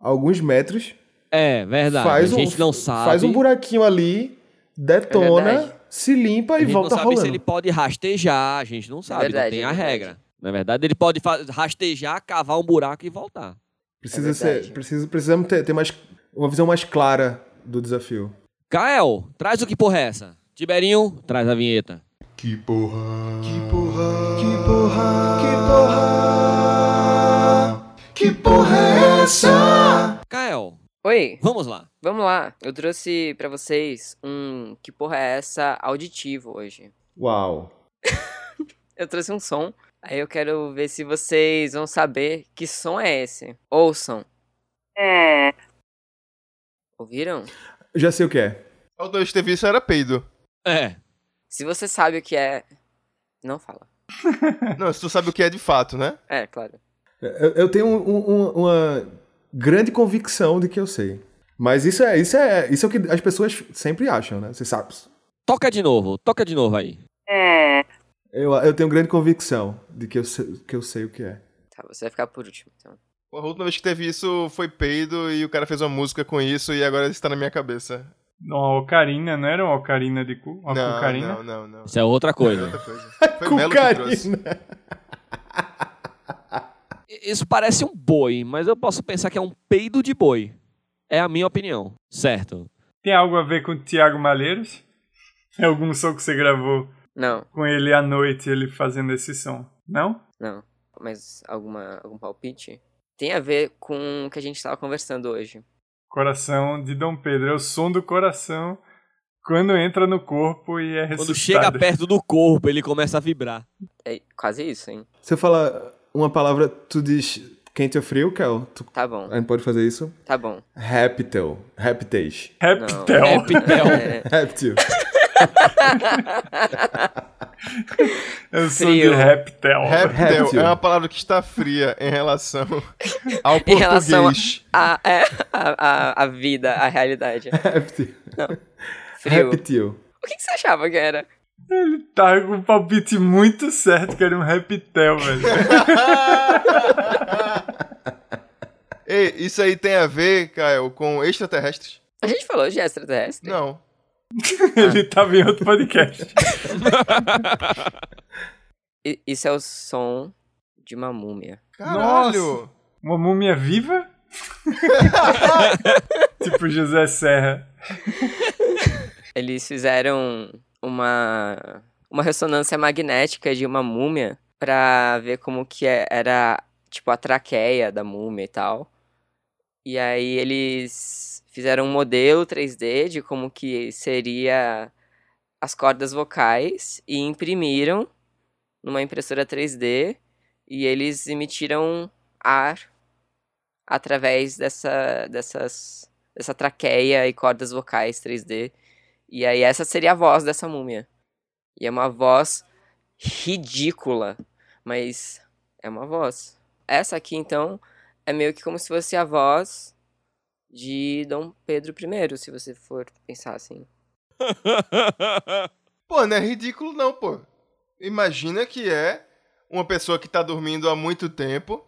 S1: alguns metros.
S3: É, verdade.
S1: faz
S3: a gente
S1: um,
S3: não sabe.
S1: Faz um buraquinho ali, detona,
S6: É verdade.
S1: se limpa
S3: a
S1: e
S3: gente
S1: volta
S3: não sabe
S1: rolando.
S3: se ele pode rastejar, a gente não sabe,
S6: verdade,
S3: não tem
S6: é
S3: a
S6: verdade.
S3: regra. Na verdade, ele pode fa- rastejar, cavar um buraco e voltar.
S1: Precisa
S6: É
S1: ser,
S6: verdade.
S1: precisa, precisamos ter, ter mais, uma visão mais clara do desafio.
S3: Kael, traz o que porra é essa? Tiberinho, traz a vinheta.
S4: Que porra. Que
S3: Kael,
S6: Oi,
S3: vamos lá.
S6: vamos lá. Eu trouxe pra vocês um. Que porra é essa? Auditivo hoje.
S1: Uau.
S6: Eu trouxe um som. Aí eu quero ver se vocês vão saber que som é esse. Ouçam. Ouviram?
S1: Já sei o que é.
S4: O dois teve isso era peido.
S3: É,
S6: Se você sabe o que é. Não fala.
S4: Não, se tu sabe o que é de fato, né?
S6: É, claro.
S1: Eu, eu tenho um- um- uma grande convicção de que eu sei. Mas isso é, isso é, isso é o que as pessoas sempre acham, né? Você sabe.
S3: toca de novo, toca de novo aí.
S1: Eu, eu tenho grande convicção de que eu, sei, que eu sei o que é.
S6: Tá, você vai ficar por último. Então.
S4: Porra, A última vez que teve isso foi peido e o cara fez uma música com isso e agora isso tá na minha cabeça.
S5: Uma ocarina, não era uma ocarina de cu? Uma
S4: não,
S5: cucarina?
S4: não, não, não.
S3: Isso é outra coisa.
S4: Outra coisa. Foi Melo que trouxe.
S1: Cucarina.
S3: Isso parece um boi, mas eu posso pensar que é um peido de boi. É a minha opinião. Certo.
S5: Tem algo a ver com o Tiago Malheiros? É algum som que você gravou
S6: Não,
S5: com ele à noite, ele fazendo esse som? Não?
S6: não. Mas alguma, algum palpite? Tem a ver com o que a gente tava conversando hoje.
S5: Coração de Dom Pedro. É o som do coração quando entra no corpo e é
S3: Quando
S5: ressuscitado.
S3: chega perto do corpo, ele começa a vibrar.
S6: É quase isso, hein?
S1: Você fala uma palavra, tu diz quente ou frio, Kel? Tu,
S6: Tá bom,
S1: a gente pode fazer isso?
S6: tá bom.
S1: Reptil. Reptage.
S5: Reptel.
S3: É pitel.
S6: É,
S1: Reptil.
S5: Eu sou
S6: Frio.
S5: É de reptel.
S4: Reptil
S1: Réptil.
S4: é uma palavra que está fria em relação ao português.
S6: Em relação a, é, a, a, a vida, a realidade.
S1: Reptil.
S6: Frio.
S1: Reptil.
S6: O que, que você achava que era?
S5: Ele tá com um palpite muito certo, que era um reptel, velho.
S4: Ei, isso aí tem a ver, Caio, com extraterrestres?
S6: A gente falou de extraterrestre?
S4: Não.
S5: Ele tava em outro podcast.
S6: I- Isso é o som de uma múmia.
S4: Caralho!
S5: Uma múmia viva? tipo José Serra.
S6: Eles fizeram uma, uma ressonância magnética de uma múmia pra ver como que é- era, tipo, a traqueia da múmia e tal. E aí eles fizeram um modelo 3D de como que seria as cordas vocais e imprimiram numa impressora 3D e eles emitiram ar através dessa, dessas, dessa traqueia e cordas vocais 3D. E aí essa seria a voz dessa múmia. E é uma voz ridícula, mas é uma voz. Essa aqui então é meio que como se fosse a voz de Dom Pedro I, se você for pensar assim.
S4: Pô, não é ridículo não, pô. Imagina que é uma pessoa que tá dormindo há muito tempo,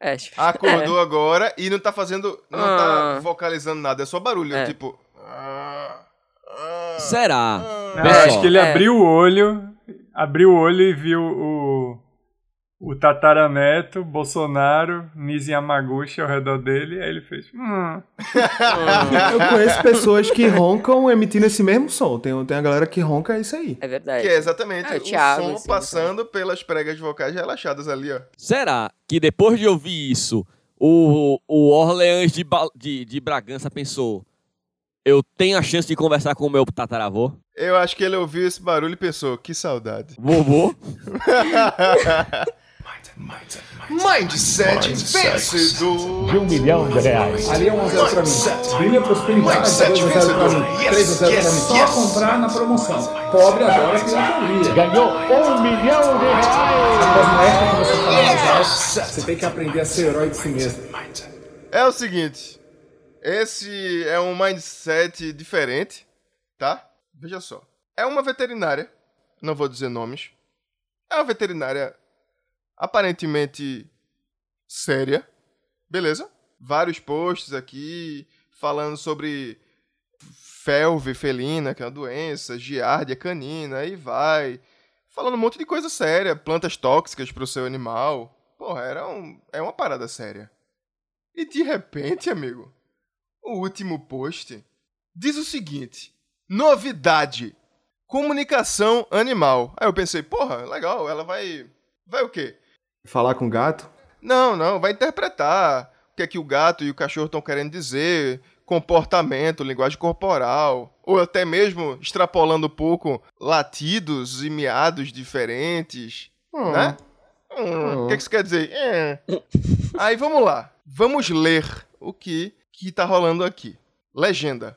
S6: É, tipo,
S4: acordou agora e não tá fazendo, não tá
S6: Ah.
S4: vocalizando nada, é só barulho,
S6: É.
S4: tipo... ah, ah,
S3: Será?
S4: ah.
S5: Eu acho que ele
S6: é.
S5: abriu o olho, abriu o olho e viu o, o tataraneto, Bolsonaro, Nisi Yamaguchi ao redor dele, aí ele fez... Hum.
S6: é
S1: Eu conheço pessoas que roncam emitindo esse mesmo som. Tem, tem a galera que ronca isso aí.
S6: é verdade.
S4: Que é exatamente
S6: Ah, o
S4: o
S6: Thiago,
S4: som
S6: assim,
S4: passando pelas pregas vocais relaxadas ali, ó.
S3: Será que depois de ouvir isso, o, o Orleans de, Ba- de, de Bragança pensou: eu tenho a chance de conversar com o meu tataravô?
S4: Eu acho que ele ouviu esse barulho e pensou, que saudade.
S3: Vovô?
S4: Mindset vencedor.
S8: de um milhão de reais.
S9: Ali é um a zero pra mim. Brilha prosperidade,
S4: Mindset
S9: dois a zero pra mim.
S4: vencedor.
S9: Três a zero pra mim. Só comprar na promoção. Pobre adora que não
S8: Ganhou um milhão de reais.
S9: Após uma época que você fala mais alto, você tem que aprender a ser herói de si mesmo.
S4: É o seguinte, esse é um mindset diferente, tá? Veja só. É uma veterinária, não vou dizer nomes. É uma veterinária aparentemente séria, beleza? Vários posts aqui falando sobre felve felina, que é uma doença, giardia canina, e vai. Falando um monte de coisa séria, plantas tóxicas pro seu animal. Porra, era um, é uma parada séria. E de repente, amigo, o último post diz o seguinte: novidade, comunicação animal. Aí eu pensei, porra, legal, ela vai, vai o quê?
S1: Falar com gato?
S4: Não, não, vai interpretar o que é que o gato e o cachorro estão querendo dizer, comportamento, linguagem corporal, ou até mesmo extrapolando um pouco latidos e miados diferentes, né? Hum, O que, que isso quer dizer? É. Aí vamos lá. Vamos ler o que que tá rolando aqui. Legenda.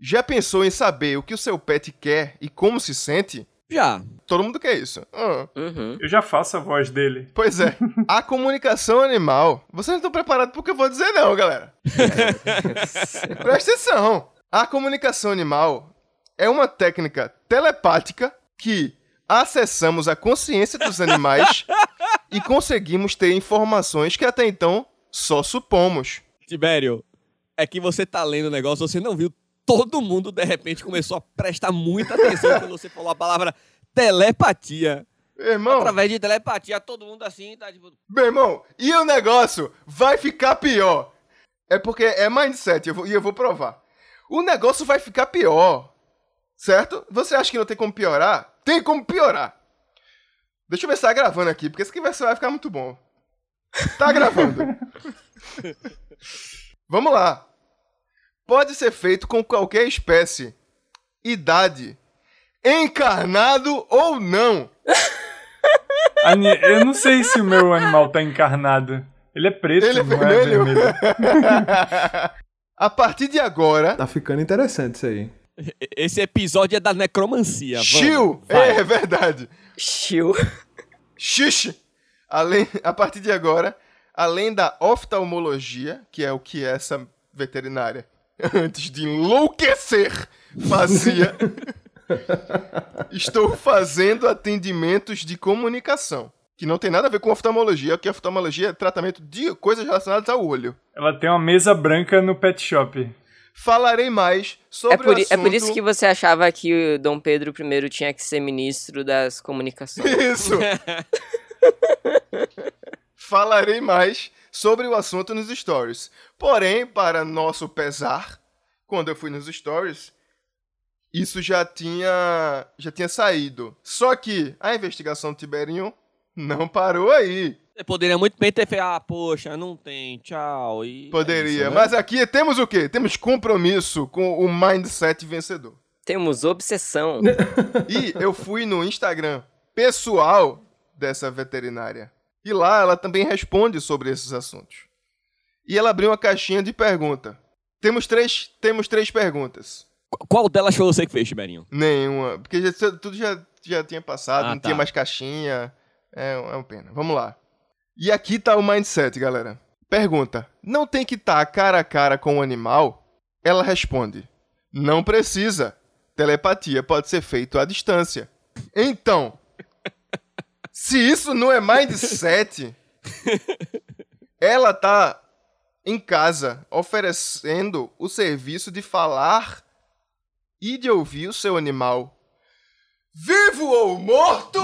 S4: Já pensou em saber o que o seu pet quer e como se sente?
S3: Já.
S4: Todo mundo quer isso. Hum.
S6: Uhum.
S5: Eu já faço a voz dele.
S4: Pois é, a comunicação animal. Vocês não estão preparados pro que eu vou dizer, não, galera. Presta atenção. A comunicação animal é uma técnica telepática que acessamos a consciência dos animais e conseguimos ter informações que até então só supomos.
S3: Tibério, é que você tá lendo o negócio, você não viu. Todo mundo, de repente, começou a prestar muita atenção quando você falou a palavra telepatia.
S4: Meu irmão,
S3: Através de telepatia, todo mundo assim, tá tipo.
S4: meu irmão, e o negócio vai ficar pior. É porque é mindset, eu vou- e eu vou provar. O negócio vai ficar pior. Certo? Você acha que não tem como piorar? Tem como piorar. Deixa eu ver se tá gravando aqui, porque esse aqui vai, vai ficar muito bom. Tá gravando. Vamos lá. Pode ser feito com qualquer espécie, idade, encarnado ou não.
S5: Ani- Eu não sei se o meu animal tá encarnado. Ele é preto,
S4: Ele é
S5: não
S4: vermelho.
S5: é vermelho.
S4: A partir de agora,
S1: Tá ficando interessante isso aí.
S3: "E- Esse episódio é da necromancia. Wanda."
S4: Chiu!
S3: Vai.
S4: É, é verdade.
S6: Chiu.
S4: Xixi! Além, a partir de agora, além da oftalmologia, que é o que essa veterinária, antes de enlouquecer, fazia, Estou fazendo atendimentos de comunicação. Que não tem nada a ver com oftalmologia, que oftalmologia é tratamento de coisas relacionadas ao olho.
S5: Ela tem uma mesa branca no pet shop.
S4: Falarei mais sobre
S6: É por,
S4: o
S6: i-
S4: assunto...
S6: é por isso que você achava que o Dom Pedro I tinha que ser ministro das comunicações.
S4: Isso! Falarei mais sobre o assunto nos stories. Porém, para nosso pesar, quando eu fui nos stories, isso já tinha já tinha saído. Só que a investigação do Tiberinho não parou aí.
S3: Você poderia muito bem ter feito, ah, poxa, não tem, tchau. E é
S4: Poderia,
S3: isso, né?
S4: mas aqui temos o quê? Temos compromisso com o mindset vencedor.
S6: Temos obsessão.
S4: E eu fui no Instagram pessoal dessa veterinária. E lá ela também responde sobre esses assuntos. E ela abriu uma caixinha de pergunta. Temos três, temos três perguntas.
S3: Qu- Qual delas foi você que fez, Tiberinho?
S4: Nenhuma. Porque já- tudo já, já tinha passado,
S3: Ah,
S4: não
S3: tá.
S4: tinha mais caixinha. É, um- é uma pena. Vamos lá. E aqui tá o mindset, galera. Pergunta: Não tem que estar cara a cara com o animal? Ela responde: Não precisa. Telepatia pode ser feito à distância. Então, se isso não é mindset, ela tá em casa oferecendo o serviço de falar e de ouvir o seu animal, vivo ou morto,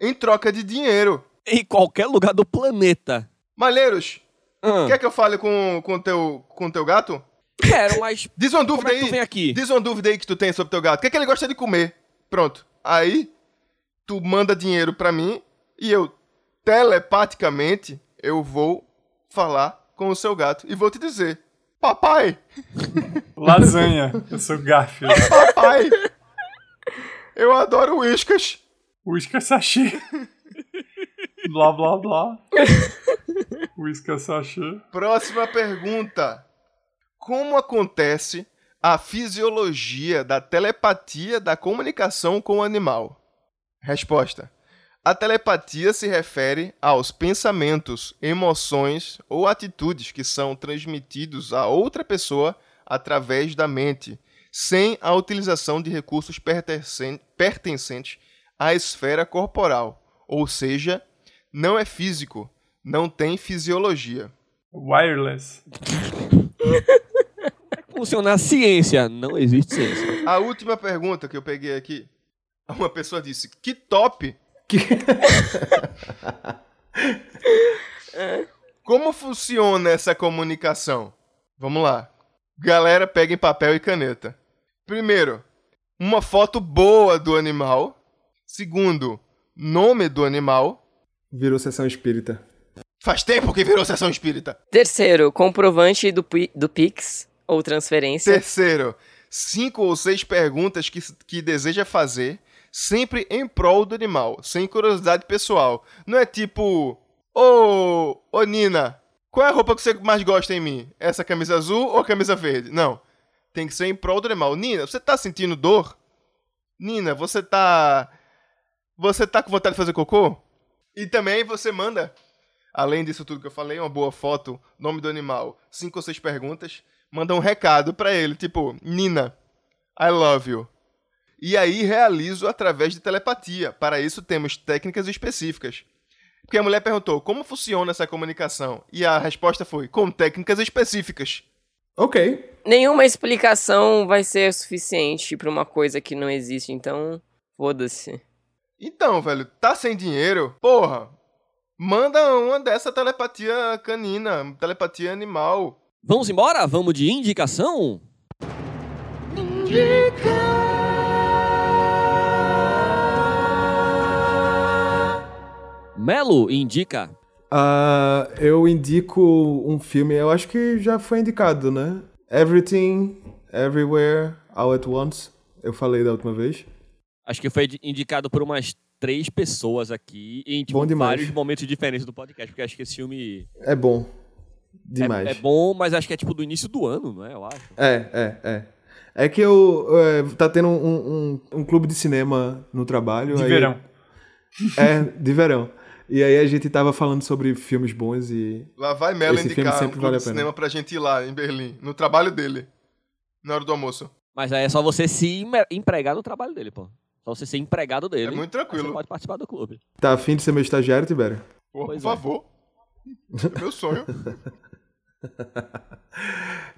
S4: em troca de dinheiro.
S3: Em qualquer lugar do planeta.
S4: Malheiros,
S3: Ah,
S4: quer que é eu fale com o com teu, com teu gato?
S3: Quero, mas
S4: Diz uma dúvida
S3: como é que tu vem
S4: aí.
S3: aqui?
S4: Diz uma dúvida aí que tu tem sobre teu gato. O que é que ele gosta de comer? Pronto. Aí, tu manda dinheiro pra mim e eu, telepaticamente, eu vou falar com o seu gato e vou te dizer: Papai,
S5: Lasanha. Eu sou Garfield.
S4: papai, eu adoro uíscas.
S5: Whisky sachê. Blá, blá, blá. Whisky sachê.
S4: Próxima pergunta. Como acontece a fisiologia da telepatia da comunicação com o animal? Resposta. A telepatia se refere aos pensamentos, emoções ou atitudes que são transmitidos a outra pessoa através da mente, sem a utilização de recursos pertencen- pertencentes à esfera corporal, ou seja, não é físico, não tem fisiologia.
S5: Wireless.
S3: Funciona a ciência. Não existe ciência.
S4: A última pergunta que eu peguei aqui. Uma pessoa disse: Que top! Como funciona essa comunicação? Vamos lá. Galera, peguem papel e caneta. Primeiro, uma foto boa do animal. Segundo, nome do animal.
S1: Virou sessão espírita.
S4: Faz tempo que virou sessão espírita.
S6: Terceiro, comprovante do, pi- do Pix ou transferência.
S4: Terceiro, cinco ou seis perguntas que, que deseja fazer, sempre em prol do animal, sem curiosidade pessoal. Não é tipo, ô, ô Nina, qual é a roupa que você mais gosta em mim? Essa camisa azul ou a camisa verde? Não, tem que ser em prol do animal. Nina, você tá sentindo dor? Nina, você tá... Você tá com vontade de fazer cocô? E também você manda, além disso tudo que eu falei, uma boa foto, nome do animal, cinco ou seis perguntas, manda um recado pra ele, tipo, Nina, I love you. E aí realizo através de telepatia. Para isso temos técnicas específicas. Porque a mulher perguntou como funciona essa comunicação e a resposta foi com técnicas específicas.
S1: Ok.
S6: Nenhuma explicação vai ser suficiente pra uma coisa que não existe, então foda-se.
S4: Então, velho, tá sem dinheiro? Porra, manda uma dessa telepatia canina, telepatia animal.
S3: Vamos embora? Vamos de indicação? Melo indica.
S1: Ah, eu indico um filme, eu acho que já foi indicado, né? Everything, Everywhere, All at Once. Eu falei da última vez.
S3: Acho que foi indicado por umas três pessoas aqui em tipo,
S1: Bom demais.
S3: vários momentos diferentes do podcast, porque acho que esse filme
S1: É bom.
S3: é,
S1: Demais.
S3: é bom, mas acho que é tipo do início do ano, não é? Eu acho.
S1: É, é, é. É que eu. é, tá tendo um, um, um clube de cinema no trabalho.
S5: De
S1: aí-
S5: verão.
S1: É, de verão. E aí a gente tava falando sobre filmes bons e.
S4: Lá vai Melo
S1: Esse filme
S4: indicar um
S1: sempre
S4: clube
S1: vale a
S4: de
S1: pena.
S4: cinema pra gente ir lá em Berlim, no trabalho dele, na hora do almoço.
S3: Mas aí é só você se ime- empregar no trabalho dele, pô. Só você ser empregado dele.
S4: É muito
S3: aí Você
S4: tranquilo.
S3: pode participar do clube.
S1: Tá afim de ser meu estagiário, Tibério?
S4: Pô, por
S3: Pois é.
S4: favor. É meu sonho.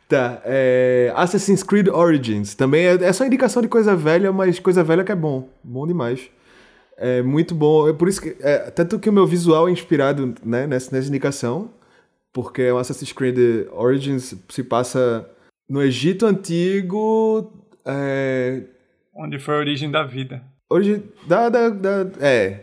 S1: Tá, é... Assassin's Creed Origins. Também é, é só indicação de coisa velha, mas coisa velha que é bom. Bom demais. É muito bom. É por isso que. É, tanto que o meu visual é inspirado né, nessa, nessa indicação, porque o Assassin's Creed Origins se passa no Egito Antigo. É,
S5: Onde foi a origem da vida.
S1: Hoje, dá, dá, dá, é.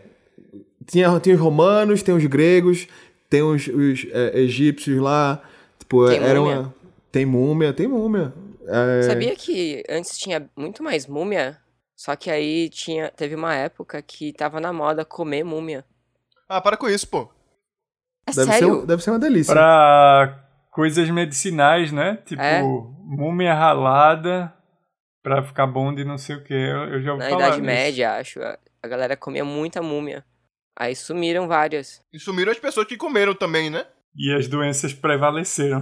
S1: Tinha, tinha os romanos, tem os gregos, tem os, os, é, egípcios lá. Tipo,
S6: Tem
S1: era
S6: múmia.
S1: uma. Tem múmia, tem múmia. É,
S6: Sabia que antes tinha muito mais múmia? Só que aí tinha, teve uma época que tava na moda comer múmia.
S4: Ah, para com isso, pô.
S6: É
S1: deve, ser,
S6: sério?
S1: um- deve ser uma delícia.
S5: Pra coisas medicinais, né? Tipo,
S6: É.
S5: múmia ralada pra ficar bom de não sei o que. Eu, eu já ouvi
S6: Na
S5: falar
S6: Idade
S5: disso.
S6: Média, acho. A a galera comia muita múmia. Aí sumiram várias.
S4: E sumiram as pessoas que comeram também, né?
S5: E as doenças prevaleceram.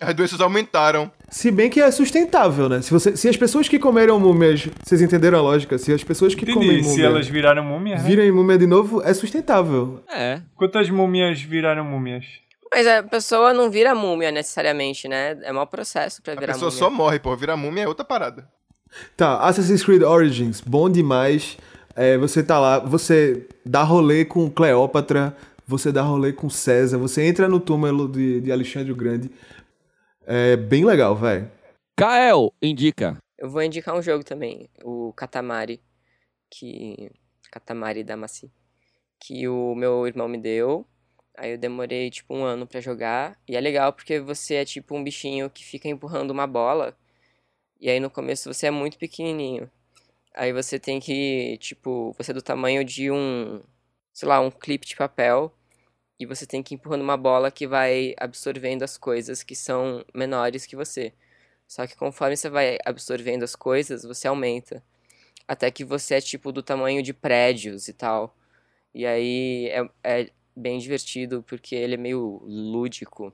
S4: As doenças aumentaram.
S1: Se bem que é sustentável, né? Se, você, se as pessoas que comeram múmias. Vocês entenderam a lógica? Se as pessoas que comem
S5: Entendi. Se
S1: múmia
S5: elas viraram múmia, né?
S1: virem múmia de novo, é sustentável.
S3: É.
S5: Quantas múmias viraram múmias?
S6: Mas a pessoa não vira múmia necessariamente, né? É mau processo pra
S4: A
S6: virar
S4: pessoa
S6: múmia.
S4: só morre, pô. Virar múmia é outra parada.
S1: Tá, Assassin's Creed Origins, bom demais. É, você tá lá, você dá rolê com Cleópatra, você dá rolê com César, você entra no túmulo de, de Alexandre o Grande. É bem legal, velho.
S3: Kael, indica.
S6: Eu vou indicar um jogo também, o Katamari, que Katamari Damacy, que o meu irmão me deu. Aí eu demorei tipo um ano pra jogar e é legal porque você é tipo um bichinho que fica empurrando uma bola. E aí no começo você é muito pequenininho. Aí você tem que, tipo, você é do tamanho de um, sei lá, um clipe de papel e você tem que ir empurrando uma bola que vai absorvendo as coisas que são menores que você. Só que conforme você vai absorvendo as coisas, você aumenta. Até que você é tipo do tamanho de prédios e tal. E aí é, é bem divertido porque ele é meio lúdico.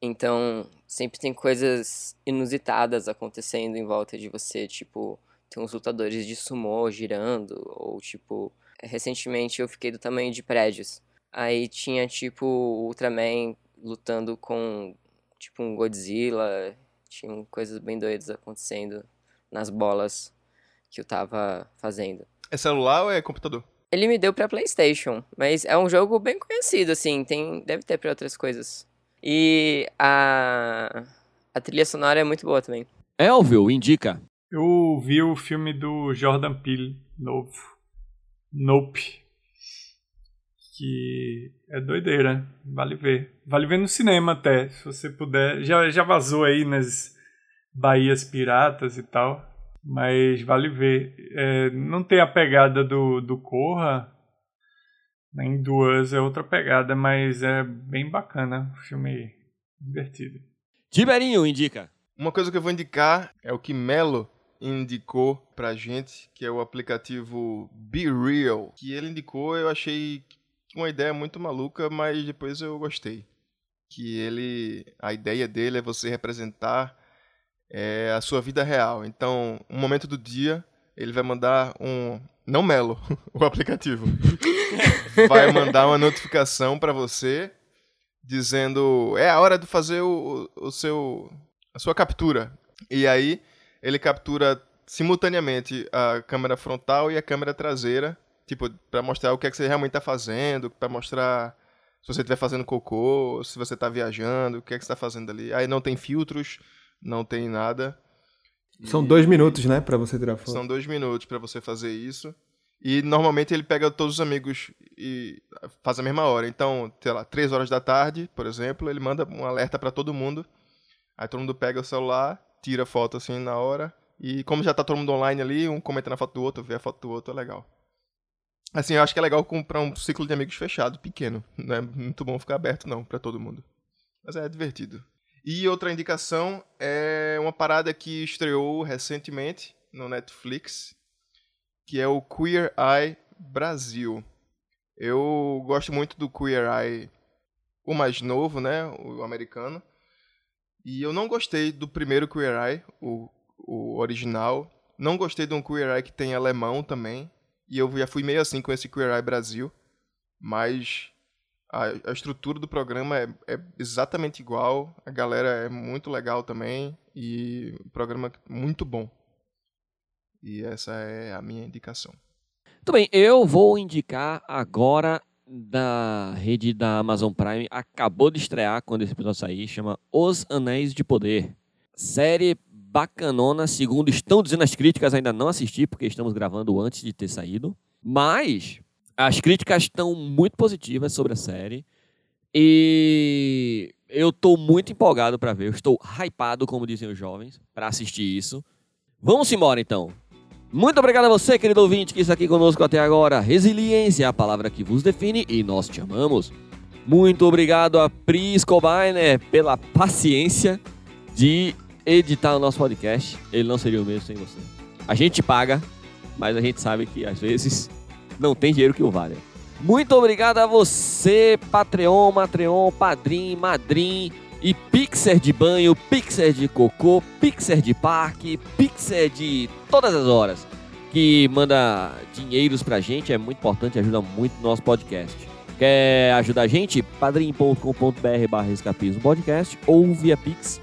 S6: Então sempre tem coisas inusitadas acontecendo em volta de você. Tipo, tem uns lutadores de sumô girando. Ou tipo, recentemente eu fiquei do tamanho de prédios. Aí tinha tipo o Ultraman lutando com tipo um Godzilla tinham coisas bem doidas acontecendo nas bolas que eu tava fazendo.
S4: É celular ou é computador?
S6: Ele me deu pra PlayStation, mas é um jogo bem conhecido, assim, tem, deve ter pra outras coisas. E a, a trilha sonora é muito boa também.
S3: Elvio, indica.
S5: Eu vi o filme do Jordan Peele, novo. Nope. Que é doideira. Vale ver. Vale ver no cinema até, se você puder. Já, já vazou aí nas Bahias Piratas e tal. Mas vale ver. É, não tem a pegada do, do Corra. Nem do Us é outra pegada, mas é bem bacana. O filme divertido.
S3: Tiberinho, indica.
S4: Uma coisa que eu vou indicar é o que Melo indicou pra gente, que é o aplicativo Be Real. Que ele indicou, eu achei uma ideia muito maluca, mas depois eu gostei. Que ele. A ideia dele é você representar é, a sua vida real. Então, um momento do dia, ele vai mandar um. Não Melo, o aplicativo. vai mandar uma notificação pra você dizendo. É a hora de fazer o- o- o seu a sua captura. E aí ele captura simultaneamente a câmera frontal e a câmera traseira, tipo, para mostrar o que é que você realmente tá fazendo, para mostrar se você estiver fazendo cocô, se você tá viajando, o que é que você tá fazendo ali. Aí não tem filtros, não tem nada.
S1: São
S4: E-
S1: dois minutos, né, pra você tirar foto.
S4: são dois minutos pra você fazer isso. E normalmente ele pega todos os amigos e faz a mesma hora. Então, sei lá, três horas da tarde, por exemplo, ele manda um alerta pra todo mundo. Aí todo mundo pega o celular, tira a foto assim na hora. E como já tá todo mundo online ali, um comenta na foto do outro, vê a foto do outro, é legal. Assim, eu acho que é legal comprar um ciclo de amigos fechado, pequeno. Não é muito bom ficar aberto, não, pra todo mundo. Mas é divertido. E outra indicação é uma parada que estreou recentemente no Netflix, que é o Queer Eye Brasil. Eu gosto muito do Queer Eye, o mais novo, né, o americano. E eu não gostei do primeiro Queer Eye, o o original. Não gostei de um Queer Eye que tem alemão também. E eu já fui meio assim com esse Queer Eye Brasil. Mas a, a estrutura do programa é, é exatamente igual. A galera é muito legal também. E o programa é muito bom. E essa é a minha indicação.
S3: Muito bem, eu vou indicar agora da rede da Amazon Prime. Acabou de estrear quando esse episódio sair, chama Os Anéis de Poder. Série bacanona, segundo estão dizendo as críticas, ainda não assisti porque estamos gravando antes de ter saído. Mas as críticas estão muito positivas sobre a série. E eu estou muito empolgado para ver, eu estou hypado, como dizem os jovens, para assistir isso. Vamos embora então. Muito obrigado a você, querido ouvinte, que está aqui conosco até agora. Resiliência é a palavra que vos define e nós te amamos. Muito obrigado a Pris Cobainer pela paciência de editar o nosso podcast. Ele não seria o mesmo sem você. A gente paga, mas a gente sabe que às vezes não tem dinheiro que o valha. Muito obrigado a você, Patreon, Matreon, Padrim, Madrim e Pixer de banho, Pixer de cocô, Pixer de parque, Pixer de todas as horas, que manda dinheiros pra gente, é muito importante, ajuda muito o nosso podcast. Quer ajudar a gente? padrim.com.br barra escapismo podcast ou via pix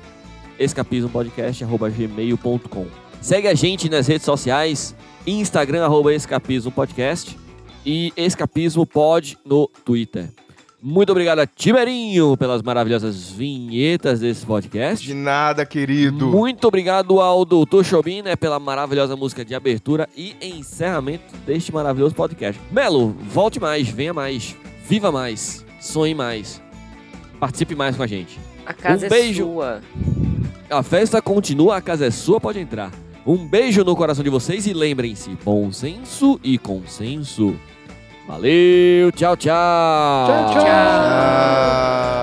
S3: escapismopodcast.gmail.com Segue a gente nas redes sociais, Instagram, arroba escapismopodcast e escapismopod no Twitter. Muito obrigado a Tiberinho pelas maravilhosas vinhetas desse podcast.
S4: De nada, querido.
S3: Muito obrigado ao Doutor Chobin, né, pela maravilhosa música de abertura e encerramento deste maravilhoso podcast. Melo, volte mais, venha mais, viva mais, sonhe mais, participe mais com a gente.
S6: A casa
S3: Um beijo.
S6: é sua.
S3: A festa continua, a casa é sua, pode entrar. Um beijo no coração de vocês e lembrem-se, bom senso e consenso. Valeu, tchau, tchau.
S4: Ah.